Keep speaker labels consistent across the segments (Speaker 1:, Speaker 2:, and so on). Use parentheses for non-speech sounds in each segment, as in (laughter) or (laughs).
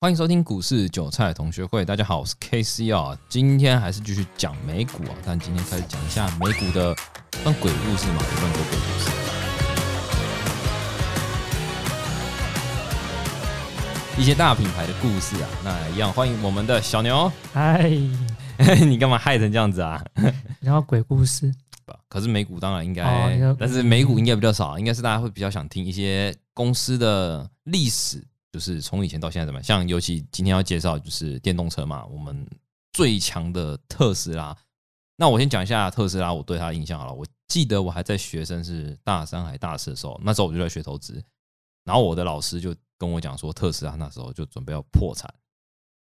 Speaker 1: 欢迎收听股市韭菜同学会，大家好，我是 KC 啊、今天还是继续讲美股啊，但今天开始讲一下美股的算鬼故事嘛，也算鬼故事。一些大品牌的故事啊，那一样欢迎我们的小牛， (laughs)
Speaker 2: 嗨，
Speaker 1: 你干嘛害成这样子啊？
Speaker 2: 哎然后鬼故事，
Speaker 1: 可是美股当然应该，
Speaker 2: 哦你说
Speaker 1: 但是美股应该比较少，啊应该是大家会比较想听一些公司的历史，就是从以前到现在怎么样。像尤其今天要介绍就是电动车嘛，我们最强的特斯拉。那我先讲一下特斯拉我对它的印象好了。我记得我还在学生是大三还大四的时候，那时候我就在学投资，然后我的老师就跟我讲说，特斯拉那时候就准备要破产，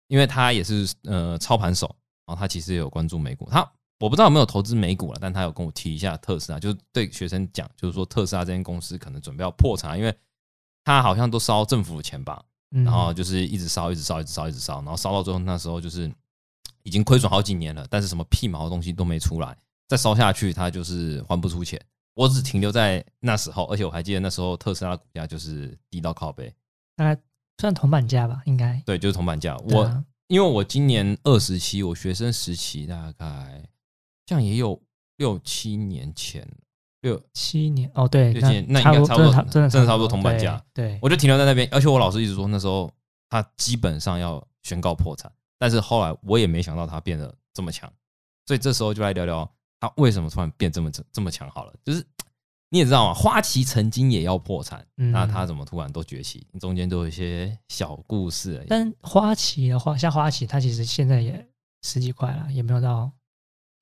Speaker 1: 因为他也是呃操盘手，然后他其实也有关注美股，他我不知道有没有投资美股了，但他有跟我提一下特斯拉，就是对学生讲，就是说特斯拉这间公司可能准备要破产，因为他好像都烧政府的钱吧，
Speaker 2: 嗯
Speaker 1: 然后就是一直烧，一直烧，一直烧，一直烧，然后烧到最后那时候就是已经亏损好几年了，但是什么屁毛的东西都没出来，再烧下去它就是还不出钱。我只停留在那时候，而且我还记得那时候特斯拉股价就是低到靠背，
Speaker 2: 大概算铜板价吧，应该。
Speaker 1: 对，就是铜板价。
Speaker 2: 对
Speaker 1: 我、
Speaker 2: 啊
Speaker 1: 因为我今年二十七，我学生时期大概这样也有六七年前，六
Speaker 2: 七年哦，对，
Speaker 1: 对七年那应
Speaker 2: 差
Speaker 1: 该
Speaker 2: 不
Speaker 1: 差不多
Speaker 2: 真的真的
Speaker 1: 真的差不多铜板价。
Speaker 2: 对，对
Speaker 1: 我就停留在那边，而且我老师一直说那时候他基本上要宣告破产，但是后来我也没想到他变得这么强，所以这时候就来聊聊他为什么突然变这么这么强好了，就是你也知道嘛，花旗曾经也要破产，
Speaker 2: 嗯
Speaker 1: 那他怎么突然都崛起？中间都有一些小故事而已，
Speaker 2: 但花旗的话，像花旗，它其实现在也十几块啊了，也没有到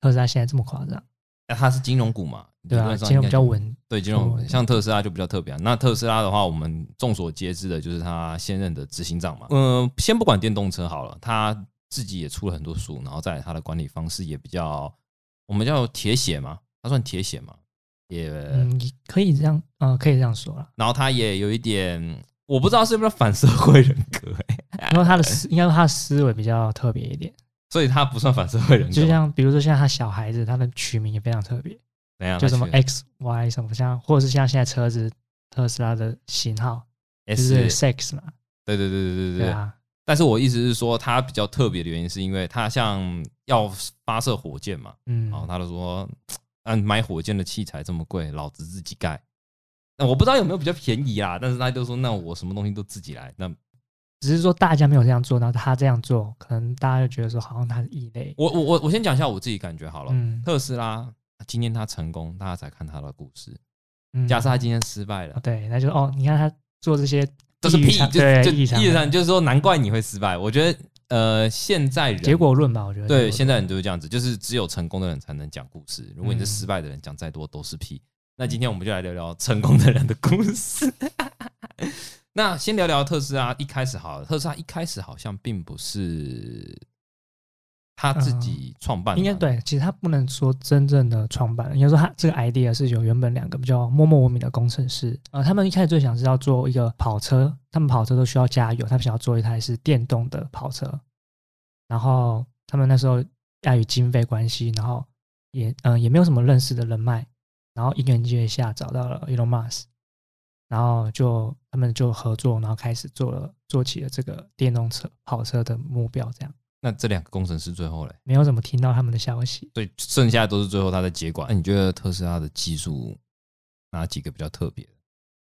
Speaker 2: 特斯拉现在这么夸张，
Speaker 1: 但他是金融股嘛，
Speaker 2: 对
Speaker 1: 理
Speaker 2: 啊，
Speaker 1: 论上
Speaker 2: 金融
Speaker 1: 应该
Speaker 2: 比
Speaker 1: 就
Speaker 2: 较稳，
Speaker 1: 对，金融
Speaker 2: 嗯
Speaker 1: 像特斯拉就比较特别、啊。那特斯拉的话，我们众所皆知的就是他现任的执行长嘛。嗯，先不管电动车好了，他自己也出了很多书，然后在他的管理方式也比较，我们叫铁血嘛，他算铁血嘛，也、
Speaker 2: 嗯，也可以这样，呃，可以这样说了。
Speaker 1: 然后他也有一点，我不知道是不是反社会人格、欸，
Speaker 2: 然后他的思，应该说他的思维比较特别一点，
Speaker 1: 所以他不算反社会人格嘛。
Speaker 2: 就像比如说像他小孩子，他的取名也非常特别，
Speaker 1: 怎样，啊
Speaker 2: 就什么
Speaker 1: 他取
Speaker 2: X、Y 什么像，或者是像现在车子特斯拉的型号，就
Speaker 1: S，
Speaker 2: 是 sex 嘛，
Speaker 1: 对对对对对对
Speaker 2: 对啊，
Speaker 1: 但是我意思是说，他比较特别的原因是因为他像要发射火箭嘛。
Speaker 2: 嗯，
Speaker 1: 然后哦他就说：“嗯，买火箭的器材这么贵，老子自己盖。”那我不知道有没有比较便宜啊，但是他就说：“那我什么东西都自己来。”那
Speaker 2: 只是说大家没有这样做，然后他这样做，可能大家就觉得说好像他是异类，
Speaker 1: 我我我我先讲一下我自己感觉好了。
Speaker 2: 嗯，
Speaker 1: 特斯拉今天他成功，大家才看他的故事。
Speaker 2: 嗯
Speaker 1: 假设他今天失败了
Speaker 2: 哦，对，那就哦，你看他做这些
Speaker 1: 这是
Speaker 2: 异于
Speaker 1: 屁，
Speaker 2: 常
Speaker 1: 就
Speaker 2: 对
Speaker 1: 就
Speaker 2: 异于常
Speaker 1: 意义
Speaker 2: 人
Speaker 1: 上就是说，难怪你会失败。我觉得呃，现在人
Speaker 2: 结果论吧，我觉得
Speaker 1: 对
Speaker 2: 结
Speaker 1: 现在人就是这样子，就是只有成功的人才能讲故事，如果你是
Speaker 2: 嗯
Speaker 1: 失败的人，讲再多都是屁。那今天我们就来聊聊成功的人的故事。 (laughs) 那先聊聊特斯拉一开始好了，特斯拉一开始好像并不是他自己创办的
Speaker 2: 果嗯论应
Speaker 1: 嘛，
Speaker 2: 该对，其实他不能说真正的创办人，应该说他这个 idea 是由原本两个比较默默无名的工程师，呃，他们一开始最想是要做一个跑车，他们跑车都需要加油，他们想要做一台是电动的跑车，然后他们那时候碍于经费关系，然后也嗯、呃也没有什么认识的人脉，然后因缘际会下找到了 Elon Musk，然后就他们就合作，然后开始做了做起了这个电动车跑车的目标，这样
Speaker 1: 那这两个工程师最后嘞，
Speaker 2: 没有怎么听到他们的消息。
Speaker 1: 所以剩下都是最后他的结果。那、你觉得特斯拉的技术哪几个比较特别，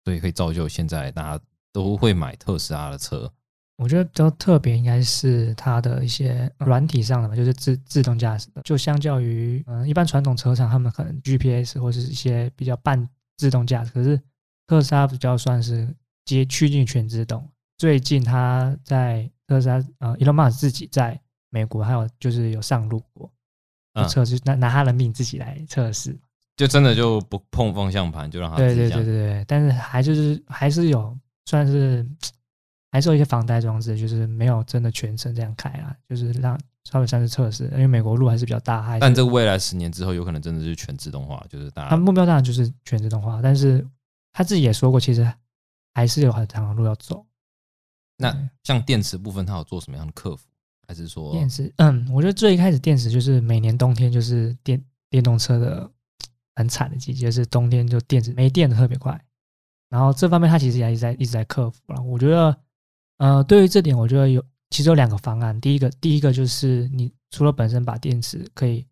Speaker 1: 所以可以造就现在大家都会买特斯拉的车？
Speaker 2: 我觉得比较特别应该是它的一些软体上的吧，就是自自动驾驶的，就相较于嗯、呃一般传统车厂，他们可能 GPS 或是一些比较半自动驾驶，可是特斯拉比较算是接趋近全自动。最近它在特斯拉呃，Elon Musk 自己在美国还有就是有上路过，
Speaker 1: 嗯
Speaker 2: 测试拿拿他的命自己来测试，
Speaker 1: 就真的就不碰方向盘，就让它自
Speaker 2: 对
Speaker 1: 己
Speaker 2: 对
Speaker 1: 这样
Speaker 2: 对对对，但是还就是还是有算是还是有一些防呆装置，就是没有真的全程这样开啊，就是让稍微算是测试，因为美国路还是比较大，还
Speaker 1: 但
Speaker 2: 是
Speaker 1: 这啊未来十年之后，有可能真的是全自动化，就是大
Speaker 2: 它
Speaker 1: 家
Speaker 2: 目标当然就是全自动化，但是他自己也说过，其实还是有很长的路要走。
Speaker 1: 那
Speaker 2: 对
Speaker 1: 像电池部分，它有做什么样的克服，还是说
Speaker 2: 电池，嗯，我觉得最一开始电池就是每年冬天就是电电动车的很惨的季节，就是冬天就电池没电的特别快。然后这方面它其实也一直在一直在克服了。我觉得，呃，对于这点，我觉得有其实有两个方案，第一个第一个就是你除了本身把电池可以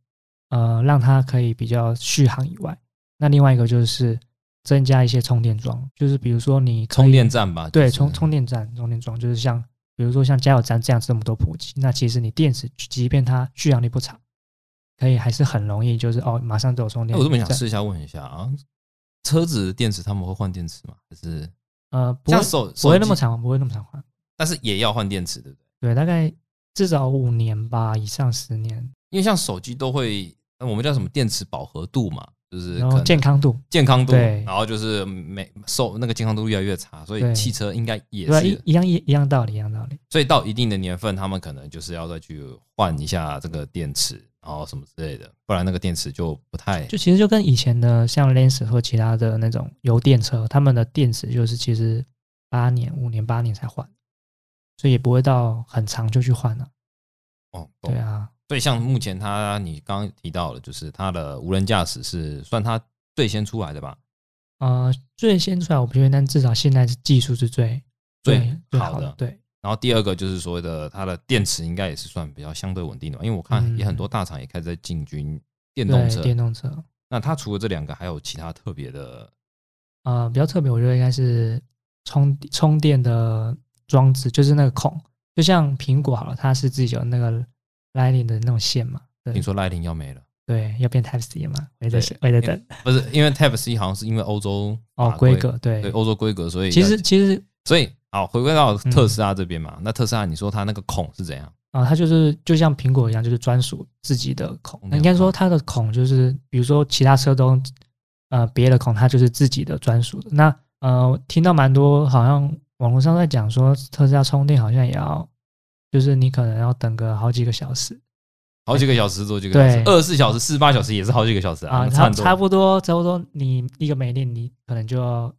Speaker 2: 呃让它可以比较续航以外，那另外一个就是增加一些充电桩，就是比如说你可以
Speaker 1: 充电站吧，
Speaker 2: 对
Speaker 1: 就是
Speaker 2: 充充电站、充电桩，就是像比如说像加油站这样这么多普及，那其实你电池即便它续航力不长，可以还是很容易就是哦马上都有充
Speaker 1: 哎
Speaker 2: 电站。
Speaker 1: 我这么想试一下问一下啊，车子的电池他们会换电池吗？还是
Speaker 2: 呃不会
Speaker 1: 像手
Speaker 2: 不会那么，
Speaker 1: 手机
Speaker 2: 长，不会那么长换，
Speaker 1: 但是也要换电池，对不对？
Speaker 2: 对，大概至少五年吧，以上十年，
Speaker 1: 因为像手机都会，呃那我们叫什么电池饱和度嘛，就是
Speaker 2: 然
Speaker 1: 可
Speaker 2: 后
Speaker 1: 能
Speaker 2: 健康度
Speaker 1: 健康度，
Speaker 2: 对
Speaker 1: 然后就是每受那个健康度越来越差，所以
Speaker 2: 对
Speaker 1: 汽车应该也
Speaker 2: 对啊一
Speaker 1: 是，
Speaker 2: 一样一一样道理，一样道理。
Speaker 1: 所以到一定的年份，他们可能就是要再去换一下这个电池，然后什么之类的，不然那个电池就不太
Speaker 2: 就其实就跟以前的像 Lens 或其他的那种油电车，他们的电池就是其实八年、五年、八年才换，所以也不会到很长就去换了。
Speaker 1: 哦。懂
Speaker 2: 对啊，
Speaker 1: 所以像目前它，你刚刚提到了，就是它的无人驾驶是算它最先出来的吧？
Speaker 2: 呃，最先出来我不确定，但至少现在是技术是最
Speaker 1: 最
Speaker 2: 最
Speaker 1: 好
Speaker 2: 好
Speaker 1: 的。
Speaker 2: 对，
Speaker 1: 然后第二个就是所谓的它的电池应该也是算比较相对稳定的吧，因为我看
Speaker 2: 嗯
Speaker 1: 也很多大厂也开始在进军电动车
Speaker 2: 对，。电动车。
Speaker 1: 那它除了这两个，还有其他特别的
Speaker 2: 呃，比较特别，我觉得应该是充充电的装置，就是那个孔，就像苹果好了，它是自己有那个 Lightning 的那种线嘛，对
Speaker 1: 听说 Lightning 要没了，
Speaker 2: 对，要变 Type C 嘛，我也在
Speaker 1: 对
Speaker 2: 我也在等
Speaker 1: 不是因为 Type C 好像是因为欧洲
Speaker 2: 哦
Speaker 1: 法，
Speaker 2: 规格对
Speaker 1: 对，欧洲规格，所以
Speaker 2: 其实
Speaker 1: 要
Speaker 2: 其实
Speaker 1: 所以好回归到
Speaker 2: 嗯
Speaker 1: 特斯拉这边嘛，那特斯拉你说它那个孔是怎样？
Speaker 2: 啊、它就是就像苹果一样，就是专属自己的孔
Speaker 1: 充。电
Speaker 2: 应该说
Speaker 1: 孔啊
Speaker 2: 它的孔就是，比如说其他车都呃别的孔，它就是自己的专属的。那呃，我听到蛮多好像网络上在讲说，特斯拉充电好像也要，就是你可能要等个好几个小时
Speaker 1: 好几个小时做几个小时，
Speaker 2: 对
Speaker 1: 二十四小时、四十八小时也是好几个小时啊，
Speaker 2: 啊，
Speaker 1: 那
Speaker 2: 差
Speaker 1: 很多
Speaker 2: 差不多差不多，你一个没电，你可能就要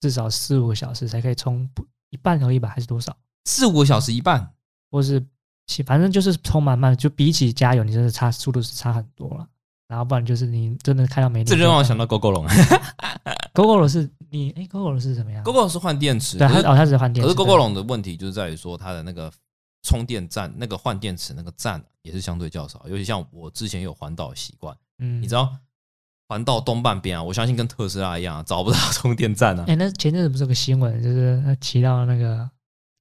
Speaker 2: 至少四五个小时才可以充不一半到一百还是多少，
Speaker 1: 四五个小时一半。
Speaker 2: 或是其反正就是充满满，就比起加油，你真的差速度是差很多了。然后不然就是你真的开到没电，
Speaker 1: 这就让我想到 GoGo 龙
Speaker 2: GoGo 罗是你哎，GoGo 罗是怎么样
Speaker 1: ，GoGo 是换电池，
Speaker 2: 对，
Speaker 1: 可
Speaker 2: 它
Speaker 1: 是
Speaker 2: 哦，它只是换电
Speaker 1: 可
Speaker 2: 池。
Speaker 1: 是
Speaker 2: 对
Speaker 1: GoGo 龙的问题就是在于说它的那个充电站、那个换电池那个站也是相对较少，尤其像我之前有环岛的习惯，
Speaker 2: 嗯，
Speaker 1: 你知道环岛东半边啊，我相信跟特斯拉一样啊、找不到充电站啊
Speaker 2: 哎，，那前阵子不是有个新闻，就是他骑到那个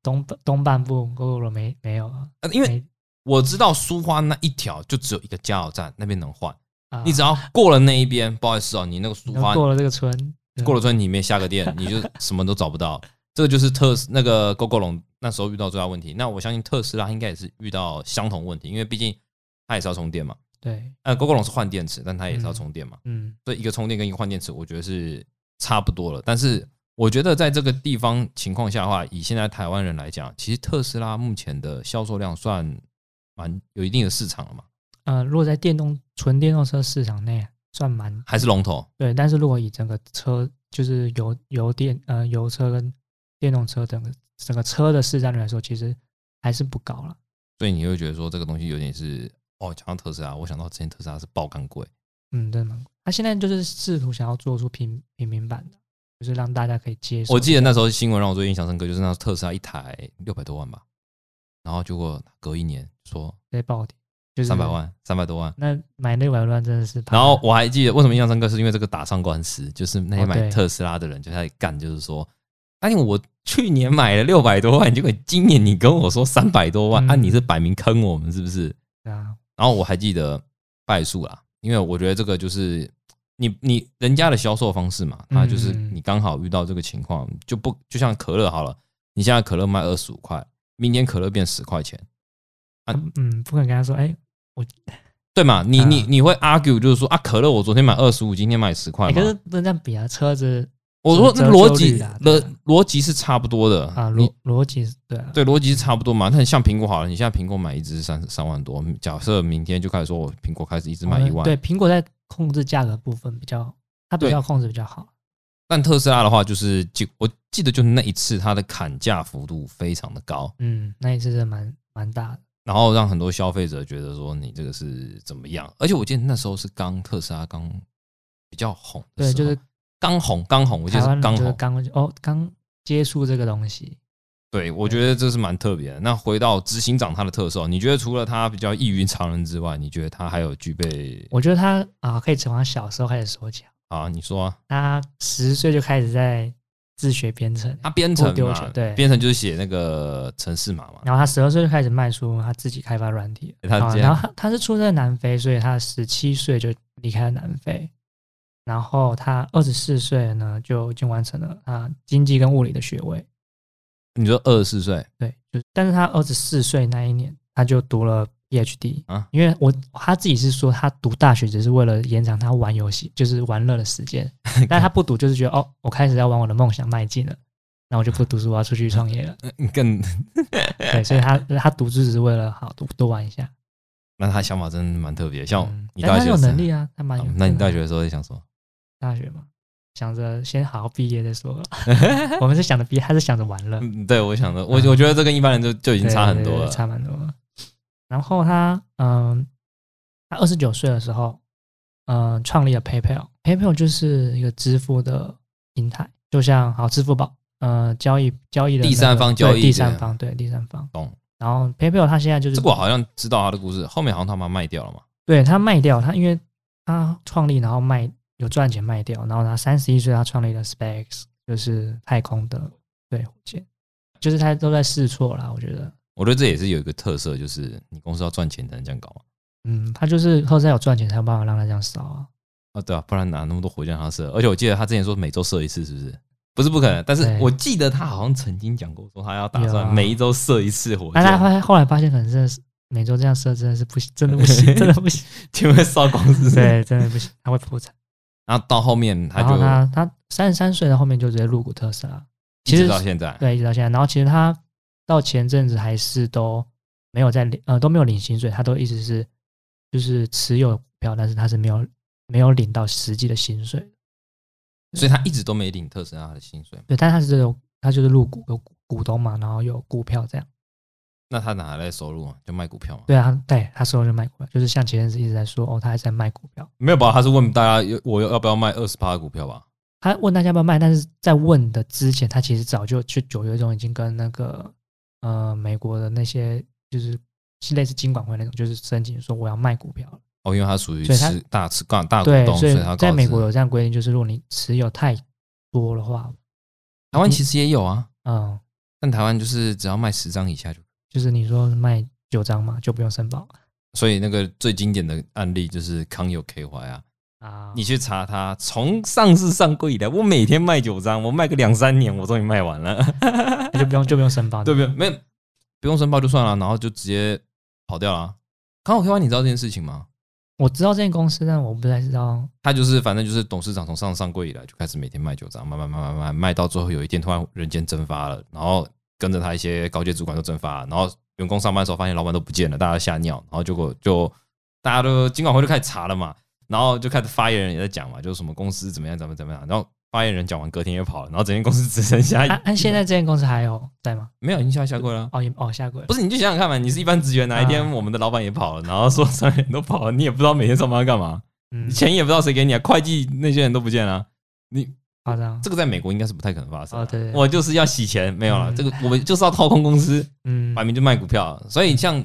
Speaker 2: 东东半部 GoGo 罗没没有啊？
Speaker 1: 呃因为
Speaker 2: 没
Speaker 1: 我知道苏花那一条就只有一个加油站，那边能换。
Speaker 2: 啊，
Speaker 1: 你只要过了那一边，不好意思哦，你那个苏
Speaker 2: 然后
Speaker 1: 花
Speaker 2: 过了这个村，对
Speaker 1: 过了村，你没下个店，你就什么都找不到。这个就是特斯那个 GoGo 龙那时候遇到最大问题。那我相信特斯拉应该也是遇到相同问题，因为毕竟它也是要充电嘛。
Speaker 2: 对，
Speaker 1: 呃，GoGo 龙是换电池，但它也是要充电嘛，
Speaker 2: 嗯
Speaker 1: 所以一个充电跟一个换电池，我觉得是差不多了。但是我觉得在这个地方情况下的话，以现在台湾人来讲，其实特斯拉目前的销售量算蛮有一定的市场了嘛，
Speaker 2: 呃，如果在电动纯电动车市场内算蛮
Speaker 1: 还是龙头。
Speaker 2: 对，但是如果以整个车就是油油电呃油车跟电动车整个整个车的市占率来说，其实还是不高了。
Speaker 1: 所以你会觉得说这个东西有点是哦，讲到特斯拉，我想到之前特斯拉是爆肝贵，
Speaker 2: 嗯，真的蛮。他现在就是试图想要做出平平民版的，就是让大家可以接受。
Speaker 1: 我记得那时候新闻让我最印象深刻，就是那时候特斯拉一台六百多万吧，然后结果隔一年说
Speaker 2: 对爆点，就是
Speaker 1: 三百。万、三百多万。
Speaker 2: 那买六百万真的是怕。
Speaker 1: 然后我还记得为什么印象深刻，是因为这个打上官司，就是那些
Speaker 2: 哦
Speaker 1: 买
Speaker 2: 对
Speaker 1: 特斯拉的人就在干，就是说，哎，我去年买了六百多万，结果今年你跟我说三百多万，
Speaker 2: 嗯
Speaker 1: 啊，你是摆明坑我们是不是？
Speaker 2: 对啊，
Speaker 1: 然后我还记得败诉啦，因为我觉得这个就是你你人家的销售方式嘛，他就是
Speaker 2: 嗯
Speaker 1: 你刚好遇到这个情况，就不就像可乐好了，你现在可乐卖二十五块，明天可乐变十块钱，啊
Speaker 2: 嗯，不敢跟他说，哎、
Speaker 1: 对嘛？你你
Speaker 2: 嗯
Speaker 1: 你会 argue 就是说啊，可乐我昨天买二十五，今天买十块
Speaker 2: 哎可是
Speaker 1: 嘛？
Speaker 2: 不能这样比啊，车子
Speaker 1: 我说
Speaker 2: 折
Speaker 1: 那
Speaker 2: 旧
Speaker 1: 逻辑
Speaker 2: 率啦啊对
Speaker 1: 的
Speaker 2: 吧
Speaker 1: 逻辑是差不多的
Speaker 2: 啊，
Speaker 1: 你
Speaker 2: 逻逻辑是对啊，
Speaker 1: 对逻辑是差不多嘛？那你像苹果好了，你现在苹果买一只三三万多，假设明天就开始说我苹果开始一直卖
Speaker 2: 我
Speaker 1: 一
Speaker 2: 们
Speaker 1: 万，
Speaker 2: 哦对，苹果在控制价格部分比较，它比
Speaker 1: 对
Speaker 2: 较控制比较好。
Speaker 1: 但特斯拉的话，就是记我记得就是那一次它的砍价幅度非常的高，
Speaker 2: 嗯，那一次是蛮蛮大的。
Speaker 1: 然后让很多消费者觉得说你这个是怎么样。而且我记得那时候是刚特斯拉刚比较红的时
Speaker 2: 对，
Speaker 1: 候，
Speaker 2: 就是
Speaker 1: 刚红刚红，我记
Speaker 2: 台
Speaker 1: 得
Speaker 2: 湾
Speaker 1: 是刚
Speaker 2: 就是
Speaker 1: 红。
Speaker 2: 刚哦刚接触这个东西，
Speaker 1: 对，我觉得这是蛮特别的。那回到执行长他的特色，你觉得除了他比较异于常人之外，你觉得他还有具备
Speaker 2: 我觉得他啊，可以从他小时候开始说起啊。
Speaker 1: 啊？你说、啊、
Speaker 2: 他十岁就开始在自学编程，
Speaker 1: 他编程
Speaker 2: 我丢
Speaker 1: 嘛
Speaker 2: 球，对
Speaker 1: 编程就是写那个城市码嘛。
Speaker 2: 然后他十二岁就开始卖书，他自己开发软体。
Speaker 1: 他
Speaker 2: 啊
Speaker 1: 这
Speaker 2: 然
Speaker 1: 样
Speaker 2: 后他他是出生在南非，所以他十七岁就离开了南非。然后他二十四岁呢，就已经完成了他经济跟物理的学位。
Speaker 1: 你说二十四岁
Speaker 2: 对，就是，但是他二十四岁那一年，他就读了 PhD
Speaker 1: 啊
Speaker 2: 因为我他自己是说，他读大学只是为了延长他玩游戏，就是玩乐的时
Speaker 1: (laughs)
Speaker 2: 间，但他不读，就是觉得哦，我开始要往我的梦想迈进了，那我就不读书，我要出去
Speaker 1: (laughs)
Speaker 2: 创业了。
Speaker 1: 嗯更，
Speaker 2: 对，所以他他读书只是为了好多多玩一下。
Speaker 1: 那他想法真的蛮特别。像
Speaker 2: 嗯，
Speaker 1: 哦你
Speaker 2: 但
Speaker 1: 大
Speaker 2: 他
Speaker 1: 学
Speaker 2: 有
Speaker 1: 的时候
Speaker 2: 能力啊，他蛮有
Speaker 1: 啊
Speaker 2: 能力的。
Speaker 1: 那你大学的时候在想什么？
Speaker 2: 大学嘛，想着先好好毕业
Speaker 1: (laughs)
Speaker 2: 再说吧。我们是想着毕业，他是想着玩乐，
Speaker 1: 嗯，对我想的，我我觉得这跟一般人就就已
Speaker 2: 已
Speaker 1: 经差很多了。
Speaker 2: 差蛮多了。然后他，嗯，他二十九岁的时候，嗯，创立了 PayPal，PayPal 就是一个支付的平台，就像好支付宝，呃，交易交易的
Speaker 1: 第
Speaker 2: 那个
Speaker 1: 三方
Speaker 2: 对
Speaker 1: 交易
Speaker 2: 第
Speaker 1: 这样
Speaker 2: 三方对第三方
Speaker 1: 懂。
Speaker 2: 然后 PayPal 它现在就是
Speaker 1: 这个我好像知道他的故事，后面好像他把它卖掉了嘛。
Speaker 2: 对他卖掉，他因为他创立然后卖有赚钱卖掉，然后他三十一岁他创立了 SpaceX，就是太空的对火箭，就是他都在试错啦，我觉得，
Speaker 1: 我觉得这也是有一个特色，就是你公司要赚钱才能这样搞嘛。
Speaker 2: 嗯，他就是后再有赚钱才有办法让他这样烧啊，
Speaker 1: 啊，对啊，不然哪那么多火箭让他射？而且我记得他之前说每周射一次，是不是？不是不可能，但是
Speaker 2: 对
Speaker 1: 我记得他好像曾经讲过，说他要打
Speaker 2: 有啊
Speaker 1: 算每一周射一次火
Speaker 2: 但他
Speaker 1: 箭，
Speaker 2: 发后来发现可能真的是每周这样设真的是不行，真的
Speaker 1: (laughs)
Speaker 2: 不行，真的不行，
Speaker 1: (laughs) 就会烧光是不是？
Speaker 2: 对，真的不行，他会破产。
Speaker 1: 然后到后面他
Speaker 2: 然后
Speaker 1: 就
Speaker 2: 他他三十三岁的后面就直接入股特斯拉，其
Speaker 1: 一
Speaker 2: 实
Speaker 1: 直到现在，
Speaker 2: 对，一直到现在。然后其实他到前阵子还是都没有在领，呃，都没有领薪水，他都一直是就是持有股票，但是他是没有没有领到实际的薪水。
Speaker 1: 所以他一直都没领特斯拉的薪水。
Speaker 2: 对，但他是有他就是入股有股股东嘛，然后有股票这样。
Speaker 1: 那他哪来的收入啊？就卖股票嘛？
Speaker 2: 对啊，他对他说就卖股票，就是像前阵子一直在说哦，他还在卖股票。
Speaker 1: 没有吧？他是问大家有我要不要卖二十趴的股票吧？
Speaker 2: 他问大家要不要卖，但是在问的之前，他其实早就去九月中已经跟那个呃美国的那些就是类似金管会那种，就是申请说我要卖股票了。
Speaker 1: 哦，因为他属于
Speaker 2: 所以他
Speaker 1: 持大持大大股
Speaker 2: 对，
Speaker 1: 东，所
Speaker 2: 所
Speaker 1: 以他
Speaker 2: 在
Speaker 1: 告
Speaker 2: 美
Speaker 1: 知
Speaker 2: 国有这样规定，就是如果你持有太多的话，
Speaker 1: 台湾其实也有啊，
Speaker 2: 嗯，
Speaker 1: 但台湾就是只要卖十张以下就，
Speaker 2: 就是你说卖九张嘛，就不用申报
Speaker 1: 所以那个最经典的案例就是康友 KY 啊，
Speaker 2: 啊。
Speaker 1: 你去查他从上市上柜以来，我每天卖九张，我卖个两三年，我终于卖完
Speaker 2: (laughs)
Speaker 1: 了，
Speaker 2: 那就不用就不用申报，
Speaker 1: 对不对？没有不用申报就算了，然后就直接跑掉了啊。康友 KY 你知道这件事情吗？
Speaker 2: 我知道这间公司，但我不太知道
Speaker 1: 他就是反正就是董事长从上上柜以来就开始每天卖酒张，慢慢慢慢慢慢卖到最后有一天突然人间蒸发了，然后跟着他一些高阶主管都蒸发了，然后员工上班的时候发现老板都不见了，大家吓尿，然后结果就大家都金管会就开始查了嘛，然后就开始发言人也在讲嘛，就是什么公司怎么样怎么样怎么样，然后发言人讲完隔天又跑了，然后整间公司只剩下
Speaker 2: 安安啊现在这间公司还有在吗？
Speaker 1: 没有已经下下跪了。
Speaker 2: 哦也哦下轨了
Speaker 1: 不是，你就想想看嘛，你是一般职员，哪一天
Speaker 2: 啊
Speaker 1: 我们的老板也跑了，然后说上面都跑了，你也不知道每天上班要干嘛，
Speaker 2: 嗯，
Speaker 1: 钱也不知道谁给你啊，会计那些人都不见了、啊
Speaker 2: 夸张，
Speaker 1: 这个在美国应该是不太可能发生的。
Speaker 2: 哦对对对
Speaker 1: 我就是要洗钱，没有了。
Speaker 2: 嗯
Speaker 1: 这个我们就是要掏空公司，
Speaker 2: 嗯
Speaker 1: 摆明就卖股票。所以像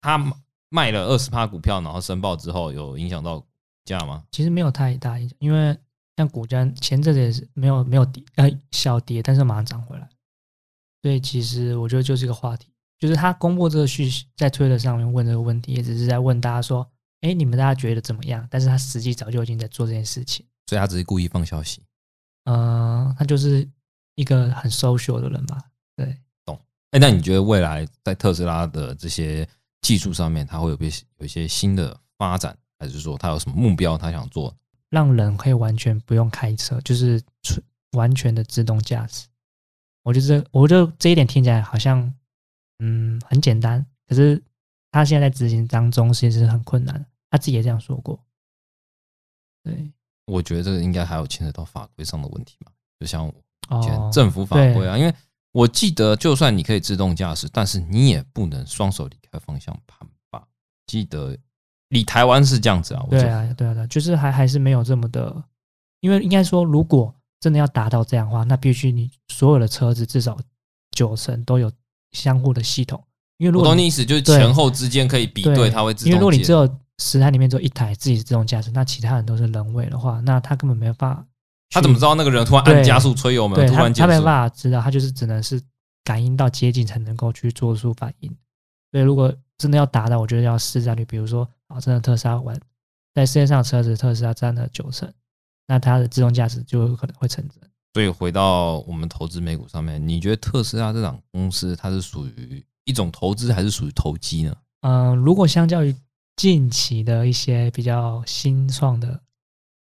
Speaker 1: 他卖了二十趴股票，然后申报之后，有影响到股价吗？
Speaker 2: 其实没有太大影响，因为像股价前阵子也是没有没有跌，呃小跌，但是马上涨回来，所以其实我觉得就是一个话题，就是他公布这个讯息在推特上面问这个问题，也只是在问大家说，哎，你们大家觉得怎么样？但是他实际早就已经在做这件事情，
Speaker 1: 所以他只是故意放消息。
Speaker 2: 嗯、他就是一个很 social 的人吧，
Speaker 1: 哎、那你觉得未来在特斯拉的这些技术上面，它会有被有一些新的发展，还是说它有什么目标，它想做？
Speaker 2: 让人可以完全不用开车，就是纯完全的自动驾驶。我觉得这，我觉得这一点听起来好像，嗯，很简单，可是他现在在执行当中其实是很困难的。他自己也这样说过。对，
Speaker 1: 我觉得这个应该还有牵扯到法规上的问题嘛，就像以前
Speaker 2: 哦，
Speaker 1: 政府法规啊，因为我记得，就算你可以自动驾驶，但是你也不能双手离开方向盘吧？记得，你台湾是这样子啊，我
Speaker 2: 对
Speaker 1: 记得
Speaker 2: 啊，对啊，对啊，就是还还是没有这么的，因为应该说，如果真的要达到这样的话，那必须你所有的车子至少九成都有相互的系统。因为如
Speaker 1: 我
Speaker 2: 果
Speaker 1: 懂
Speaker 2: 你
Speaker 1: 你意思，就是
Speaker 2: 对
Speaker 1: 前后之间可以比对，它会自
Speaker 2: 因为如
Speaker 1: 动
Speaker 2: 果你
Speaker 1: 介
Speaker 2: 只有十台里面只有一台自己自动驾驶，那其他人都是人为的话，那他根本没有办法去。
Speaker 1: 他怎么知道那个人突然按
Speaker 2: 对
Speaker 1: 加速吹油门，
Speaker 2: 对
Speaker 1: 突
Speaker 2: 他
Speaker 1: 然
Speaker 2: 他
Speaker 1: 减
Speaker 2: 没办
Speaker 1: 速？
Speaker 2: 法知道，他就是只能是感应到接近才能够去做出反应。所以如果真的要达到，我觉得要市占率，比如说啊，真的特斯拉玩在世界上的车子，特斯拉占了九成，那它的自动驾驶就有可能会成真。
Speaker 1: 所以回到我们投资美股上面，你觉得特斯拉这档公司它是属于一种投资，还是属于投机呢？
Speaker 2: 嗯、如果相较于近期的一些比较新创的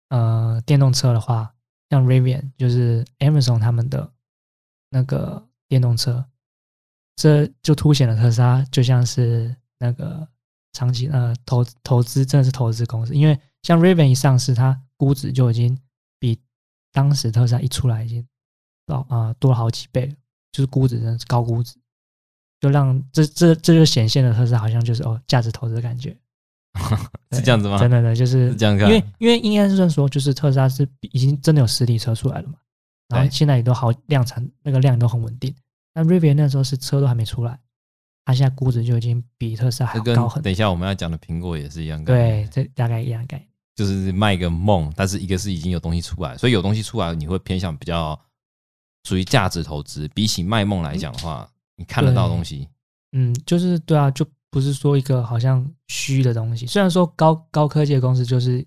Speaker 2: 呃电动车的话，像 Rivian 就是 Amazon 他们的那个电动车，这就凸显了特斯拉就像是那个长期呃投投资真的是投资公司，因为像 Rivian 一上市，它估值就已经比当时特斯拉一出来已经到啊、呃多了好几倍了，就是估值真的是高估值。就让这这这就显现了特斯拉好像就是哦价值投资的感觉，对
Speaker 1: 是这样子吗？
Speaker 2: 真的呢，就是
Speaker 1: 是这样
Speaker 2: 因
Speaker 1: 看？
Speaker 2: 为因为应该是这样说，就是特斯拉是已经真的有实体车出来了嘛，然后
Speaker 1: 对
Speaker 2: 现在也都好量产，那个量都很稳定。那 Rivian 那时候是车都还没出来，它现在估值就已经比特斯拉还
Speaker 1: 这
Speaker 2: 要
Speaker 1: 跟
Speaker 2: 高很多。
Speaker 1: 等一下我们要讲的苹果也是一样概念，
Speaker 2: 对，这大概一样概念。
Speaker 1: 就是卖个梦，但是一个是已经有东西出来，所以有东西出来，你会偏向比较属于价值投资。比起卖梦来讲的话，你看得到东西，
Speaker 2: 嗯，就是对啊，就不是说一个好像虚的东西。虽然说高高科技的公司就是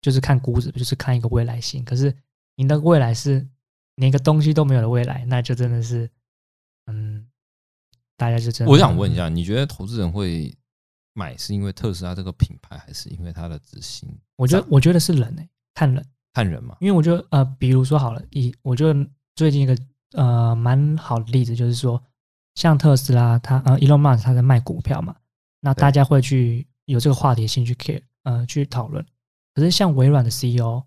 Speaker 2: 就是看估值，就是看一个未来性，可是你的未来是连个东西都没有的未来，那就真的是，嗯，大家就真的。嗯
Speaker 1: 我想问一，下，你觉得投资人会买是因为特斯拉这个品牌，还是因为它的执行？
Speaker 2: 我觉得我觉得是人哎、看人，
Speaker 1: 看人嘛，
Speaker 2: 因为我觉得呃，比如说好了，以我觉得最近一个呃蛮好的例子就是说，像特斯拉，它呃，Elon Musk 他在卖股票嘛，那
Speaker 1: 对
Speaker 2: 大家会去有这个话题性去 care 呃去讨论。可是像微软的 CEO，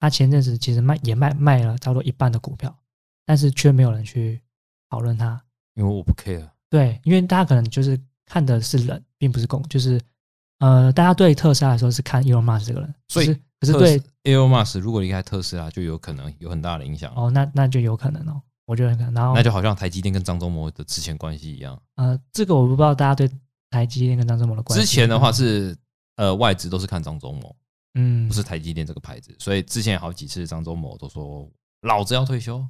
Speaker 2: 他前阵子其实卖也卖卖了差不多一半的股票，但是却没有人去讨论它。
Speaker 1: 因为我不 care。
Speaker 2: 对，因为大家可能就是看的是人，并不是公，就是呃，大家对特斯拉来说是看 Elon Musk 这个人，
Speaker 1: 所以
Speaker 2: 可是可是
Speaker 1: 特
Speaker 2: 对
Speaker 1: 斯 Elon Musk 如果离开特斯拉，就有可能有很大的影响。
Speaker 2: 哦，那那就有可能哦，我觉得有可能。然后
Speaker 1: 那就好像台积电跟张忠谋的之前关系一样，
Speaker 2: 呃，这个我不知道大家对台积电跟张忠谋的关系。
Speaker 1: 之前的话，是呃外资都是看张忠谋，
Speaker 2: 嗯
Speaker 1: 不，是台积电这个牌子，所以之前好几次张忠谋都说老子要退休，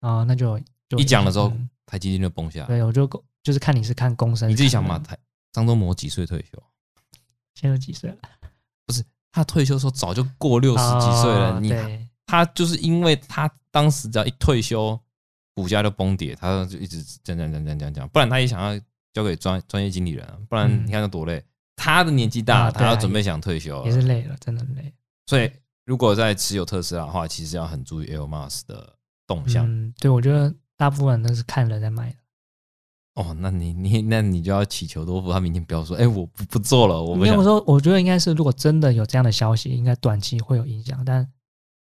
Speaker 2: 啊、那就就
Speaker 1: 一讲的时候
Speaker 2: 嗯
Speaker 1: 台积电就崩下来。
Speaker 2: 对我就就是看你是看公升，
Speaker 1: 你自己想嘛，
Speaker 2: 嘛，
Speaker 1: 台张忠谋几岁退休？
Speaker 2: 现在都几岁了？
Speaker 1: 他退休的时候早就过六十几岁了，
Speaker 2: 哦
Speaker 1: 你
Speaker 2: 对
Speaker 1: 他就是因为他当时只要一退休，股价就崩跌，他就一直讲讲讲讲讲讲，不然他也想要交给专专业经理人啊，不然
Speaker 2: 嗯
Speaker 1: 你看他多累。他的年纪大了，
Speaker 2: 啊对
Speaker 1: 他
Speaker 2: 啊
Speaker 1: 要准备想退休
Speaker 2: 也是
Speaker 1: 了，
Speaker 2: 累了，真的累。
Speaker 1: 所以如果在持有特斯拉的话，其实要很注意 Elon Musk 的动向。
Speaker 2: 嗯，对，我觉得大部分人都是看人在卖的。
Speaker 1: 哦，那你你那你就要祈求多福，他明天不要说，哎、我不不做了，我
Speaker 2: 应
Speaker 1: 不
Speaker 2: 该
Speaker 1: 想
Speaker 2: 我。说，我觉得应该是，如果真的有这样的消息，应该短期会有影响，但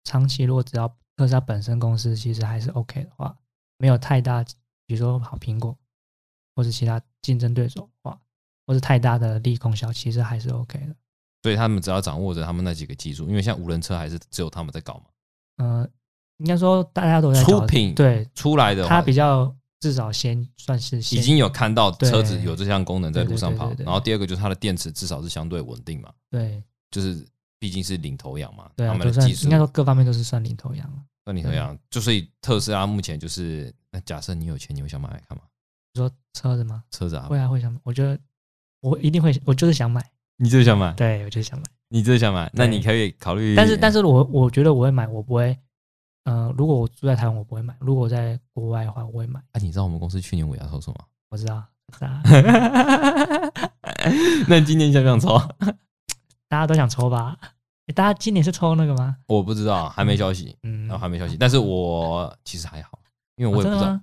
Speaker 2: 长期如果只要特斯拉本身公司其实还是 OK 的话，没有太大，比如说好苹果或者其他竞争对手的话，或是太大的利空消息，其实还是 OK 的。
Speaker 1: 所以他们只要掌握着他们那几个技术，因为像无人车还是只有他们在搞嘛，
Speaker 2: 呃，应该说大家都在
Speaker 1: 出
Speaker 2: 搞
Speaker 1: 品
Speaker 2: 对
Speaker 1: 出来的
Speaker 2: 它
Speaker 1: 话
Speaker 2: 比较至少先算是
Speaker 1: 已
Speaker 2: 先
Speaker 1: 经有看到
Speaker 2: 对
Speaker 1: 车子有这项功能在路上跑
Speaker 2: 对对对。对对
Speaker 1: 然后第二个就是它的电池至少是相对稳定嘛，
Speaker 2: 对
Speaker 1: 就是毕竟是领头羊嘛，
Speaker 2: 对
Speaker 1: 他
Speaker 2: 啊，
Speaker 1: 们的
Speaker 2: 都算
Speaker 1: 技术
Speaker 2: 应该说各方面都是算领头羊了。
Speaker 1: 那领头羊。就所以特斯拉目前就是，那假设你有钱，你会想买来看吗？
Speaker 2: 你说车子吗？
Speaker 1: 车子啊
Speaker 2: 会，啊，会想买，我觉得我一定会，我就是想买，
Speaker 1: 你就是想买，
Speaker 2: 对我就是想买。
Speaker 1: 你就是想买，那你可以考虑。
Speaker 2: 但是，但是我我觉得我会买，我不会。呃，如果我住在台湾，我不会买；如果我在国外的话，我会买。
Speaker 1: 啊，你知道我们公司去年尾牙抽什么？
Speaker 2: 我知道，是啊
Speaker 1: (laughs) 那你今年想不想抽？ (laughs)
Speaker 2: 大家都想抽吧？诶大家今年是抽那个吗？
Speaker 1: 我不知道，还没消息，
Speaker 2: 嗯，
Speaker 1: 然哦后还没消息。但是我其实还好，因为我
Speaker 2: 哦
Speaker 1: 也
Speaker 2: 真
Speaker 1: 不
Speaker 2: 的
Speaker 1: 知道，
Speaker 2: 吗？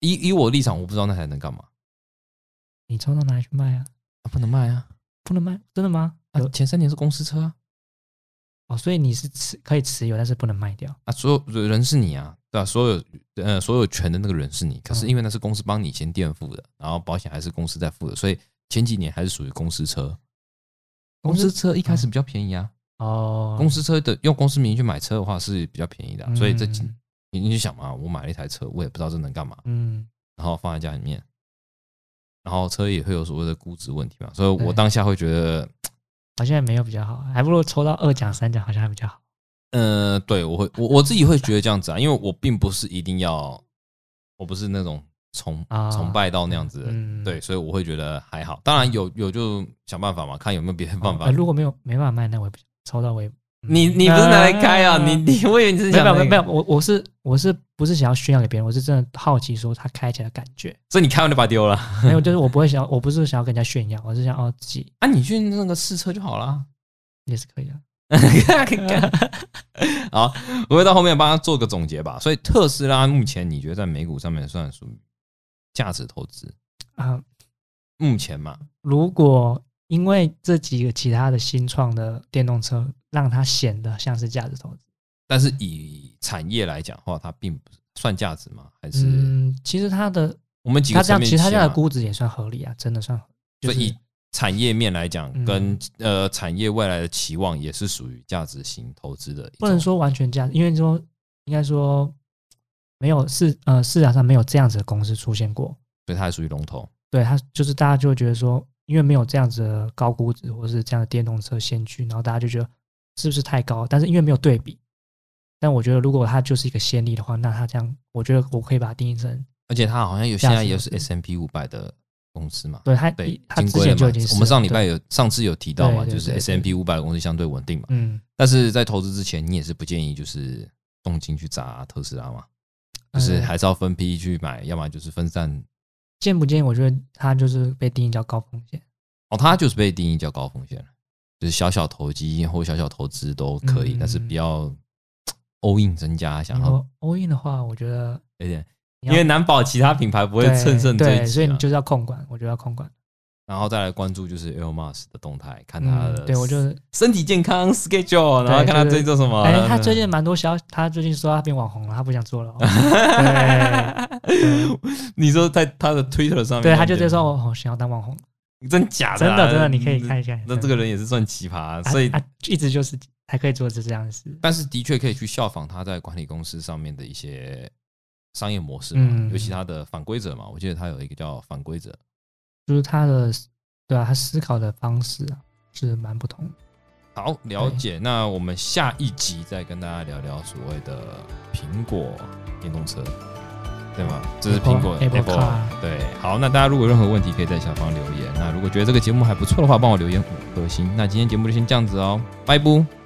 Speaker 1: 以以我立场，我不知道那台能干嘛，
Speaker 2: 你抽到哪里去卖啊？
Speaker 1: 啊不能卖啊。
Speaker 2: 不能卖，真的吗？
Speaker 1: 啊
Speaker 2: 有，
Speaker 1: 前三年是公司车啊，
Speaker 2: 哦，所以你是持可以持有，但是不能卖掉。
Speaker 1: 啊，所有人是你啊，对吧、所有呃所有权的那个人是你，可是
Speaker 2: 嗯
Speaker 1: 因为那是公司帮你先垫付的，然后保险还是公司在付的，所以前几年还是属于公司车。公司车一开始比较便宜啊，
Speaker 2: 哦，
Speaker 1: 公司车的用公司名义去买车的话是比较便宜的啊、所以这几
Speaker 2: 嗯
Speaker 1: 你你就想嘛，我买了一台车，我也不知道这能干嘛，
Speaker 2: 嗯，
Speaker 1: 然后放在家里面，然后车也会有所谓的估值问题嘛，所以我
Speaker 2: 对
Speaker 1: 当下会觉得，
Speaker 2: 好像也没有比较好，啊还不如抽到二奖三奖，好像还比较好。
Speaker 1: 呃，对我会我我自己会觉得这样子啊，因为我并不是一定要，我不是那种崇
Speaker 2: 啊
Speaker 1: 崇拜到那样子的人，
Speaker 2: 嗯
Speaker 1: 对，所以我会觉得还好。当然有有就想办法嘛，看有没有别的办法。
Speaker 2: 呃如果没有没办法卖，那我也不抽到我也。
Speaker 1: 你你不是拿来开啊？
Speaker 2: 嗯
Speaker 1: 你你我以为你是
Speaker 2: 没
Speaker 1: 想
Speaker 2: 有没
Speaker 1: 那
Speaker 2: 有
Speaker 1: 个
Speaker 2: 没有，，我我是我是不是想要炫耀给别人？我是真的好奇说他开起来的感觉。
Speaker 1: 所以你开完就把它丢了
Speaker 2: 没有，就是我不会想要，我不是想要跟人家炫耀，我是想哦自己
Speaker 1: 啊？你去那个试车就好啦。
Speaker 2: 也是可以的。
Speaker 1: 好，我会到后面帮他做个总结吧。所以特斯拉目前你觉得在美股上面算属于价值投资？
Speaker 2: 啊、
Speaker 1: 目前嘛，
Speaker 2: 如果因为这几个其他的新创的电动车，让它显得像是价值投资。
Speaker 1: 但是以产业来讲的话，它并不是算价值吗？还是、
Speaker 2: 嗯，其实它的
Speaker 1: 我们几个
Speaker 2: 它这
Speaker 1: 层
Speaker 2: 样，
Speaker 1: 面
Speaker 2: 其
Speaker 1: 去
Speaker 2: 实它这样的
Speaker 1: 想嘛
Speaker 2: 估值也算合理啊，真的算合理。就
Speaker 1: 所以
Speaker 2: 是
Speaker 1: 以产业面来讲，
Speaker 2: 嗯
Speaker 1: 跟呃产业未来的期望也是属于价值型投资的一种。
Speaker 2: 不能说完全价值，因为说应该说没有市呃市场上没有这样子的公司出现过。
Speaker 1: 所以它还属于龙头。
Speaker 2: 对它就是大家就会觉得说，因为没有这样子的高估值或是这样的电动车先驱，然后大家就觉得是不是太高？但是因为没有对比，但我觉得如果它就是一个先例的话，那它这样，我觉得我可以把它定义成，
Speaker 1: 而且它好像有
Speaker 2: 价
Speaker 1: 现
Speaker 2: 值
Speaker 1: 在也是
Speaker 2: 投资
Speaker 1: S M P 五百的公司嘛？
Speaker 2: 对它
Speaker 1: 对，
Speaker 2: 它
Speaker 1: 金
Speaker 2: 之
Speaker 1: 龟了
Speaker 2: 前就
Speaker 1: 嘛
Speaker 2: 已经是
Speaker 1: 我们上礼拜
Speaker 2: 对
Speaker 1: 有上次有提到嘛，
Speaker 2: 对对
Speaker 1: 就是
Speaker 2: 对
Speaker 1: S M P 五百的公司相对稳定嘛。
Speaker 2: 嗯，
Speaker 1: 但是在投资之前，你也是不建议就是重金去砸特斯拉嘛？就是
Speaker 2: 嗯
Speaker 1: 还是要分批去买，要么就是分散。
Speaker 2: 建不建议？我觉得它就是被定义叫高风险，
Speaker 1: 哦，它就是被定义叫高风险了，就是小小投机或小小投资都可以，
Speaker 2: 嗯
Speaker 1: 但是不要 all in 增加，想
Speaker 2: 然
Speaker 1: 要
Speaker 2: 后 all in 的话，我觉得
Speaker 1: 有点，
Speaker 2: 你
Speaker 1: 因
Speaker 2: 要
Speaker 1: 为难保其他品牌不会
Speaker 2: 对
Speaker 1: 乘胜追击、
Speaker 2: 对，
Speaker 1: 啊，
Speaker 2: 所以你就是要控管，我觉得要控管，
Speaker 1: 然后再来关注就是 Elon Musk 的动态，看他的、
Speaker 2: 嗯，对我就是，
Speaker 1: 身体健康 schedule，
Speaker 2: 对
Speaker 1: 然后看他
Speaker 2: 就是
Speaker 1: 最近做什么。
Speaker 2: 哎，他最近蛮多消，他最近说他变网红了，他不想
Speaker 1: (laughs)
Speaker 2: 做了哦，对。对
Speaker 1: 你说在他的 Twitter 上面，
Speaker 2: 对，他就在说，我好想要当网红，
Speaker 1: 真假的
Speaker 2: 真
Speaker 1: 啊、
Speaker 2: 的真的，你可以看一下。
Speaker 1: 那这个人也是算奇葩、
Speaker 2: 啊，
Speaker 1: 所以、
Speaker 2: 啊一直就是还可以做这这样的事。
Speaker 1: 但是的确可以去效仿他在管理公司上面的一些商业模式嘛，
Speaker 2: 嗯
Speaker 1: 尤其他的反规则嘛，我记得他有一个叫反规则。
Speaker 2: 就是他的对啊，他思考的方式啊是蛮不同的。
Speaker 1: 好，了解。那我们下一集再跟大家聊聊所谓的苹果电动车，对吗？这是苹果啊
Speaker 2: Apple- Apple Car 啊
Speaker 1: 对，好，那大家如果有任何问题，可以在下方留言。那如果觉得这个节目还不错的话，帮我留言五颗星。那今天节目就先这样子哦，拜拜。